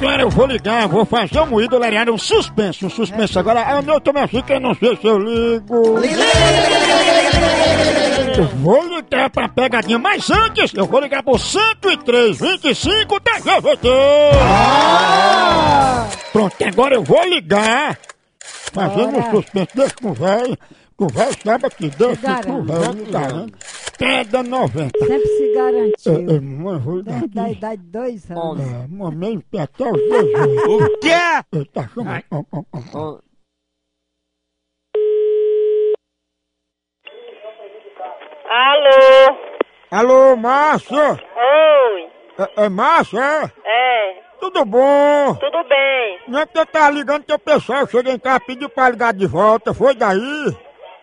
Claro, eu vou ligar, vou fazer um ídolo era um suspense, um suspense. Agora, ah, meu também fica, eu não sei se eu ligo. Eu vou ligar pra pegadinha, mas antes eu vou ligar pro 103 25 da GVT. Pronto, agora eu vou ligar. Fazendo um suspense, deixa com o velho. Com o velho sabe aqui, deixa com o velho, tá vendo? Cada 90. Sempre se É, garantiu. é, mãe, vou ligar Desde a aqui. idade de dois anos. É, mamãe, até os dois anos. O quê? Ele tá chamando. Ó, ó, ó, ó. Alô? Alô, Márcia? Oi? É, é Márcia, é? É, Tudo bom? tudo bem. Não é porque eu tava ligando que o pessoal chegou em casa pediu pra ligar de volta, foi daí?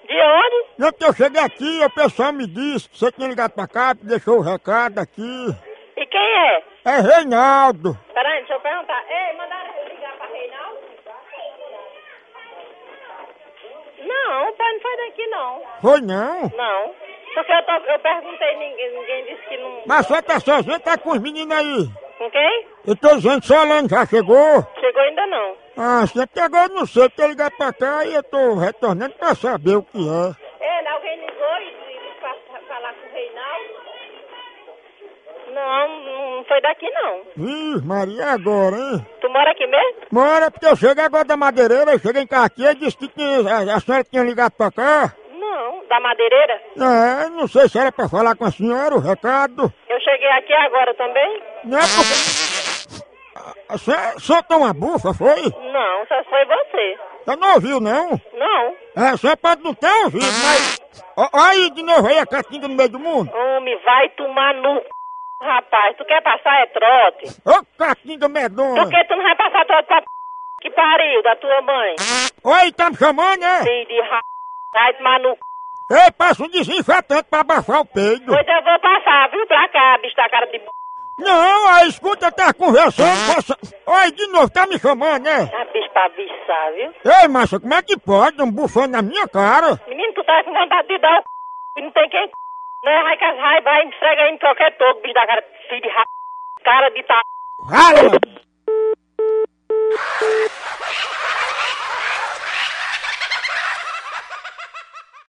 De onde? Não é porque eu cheguei aqui o pessoal me disse que você tinha ligado pra cá, deixou o recado aqui. E quem é? É Reinaldo. Peraí, deixa eu perguntar. Ei, mandaram eu ligar pra Reinaldo? Não, pai, não foi daqui não. Foi não? Não. Porque eu, tô, eu perguntei, ninguém, ninguém disse que não. Mas você tá sozinha, tá com os meninos aí. Com quem? Eu tô dizendo, Solano já chegou? Chegou ainda não. Ah, você pegou, eu não sei, porque ligar pra cá e eu tô retornando pra saber o que é. Ele, né, alguém ligou e disse pra falar com o Reinaldo? Não, não foi daqui não. Ih, Maria, agora, hein? Tu mora aqui mesmo? Mora, porque eu cheguei agora da madeireira, eu cheguei em casa aqui, ele disse que tinha- a, a senhora tinha ligado pra cá. Não, da madeireira? É, não sei se era pra falar com a senhora o recado. Eu cheguei aqui agora também? Não é porque. Ah, A- A senhora soltou uma bufa, foi? Não, só foi você. Você não ouviu, não? Não. É, a senhora pode não ter ouvido, mas. Ó, ó aí de novo aí a catinga no meio do mundo. Homem, vai tomar no c... rapaz. Tu quer passar é trote. Ô, catinga Por medonha. que tu não vai passar trote pra p... que pariu da tua mãe? Oi, tá me chamando, é? Filho de ra... Vai tomar no c... Ei, passa um desinfetante pra abafar o peido. Pois eu vou passar, viu? Pra cá, bicho da cara de p... Não, aí escuta, tá conversando com essa... Oi, de novo, tá me chamando, né? Ah, bicho pra bichar, viu? Ei, Márcia, como é que pode um bufão na minha cara? Menino, tu tá com vontade de dar o c... e não tem quem c... Né? Vai, vai, vai, vai, entrega aí em qualquer toco, bicho da cara de filho de ra... Cara de tá... Rala!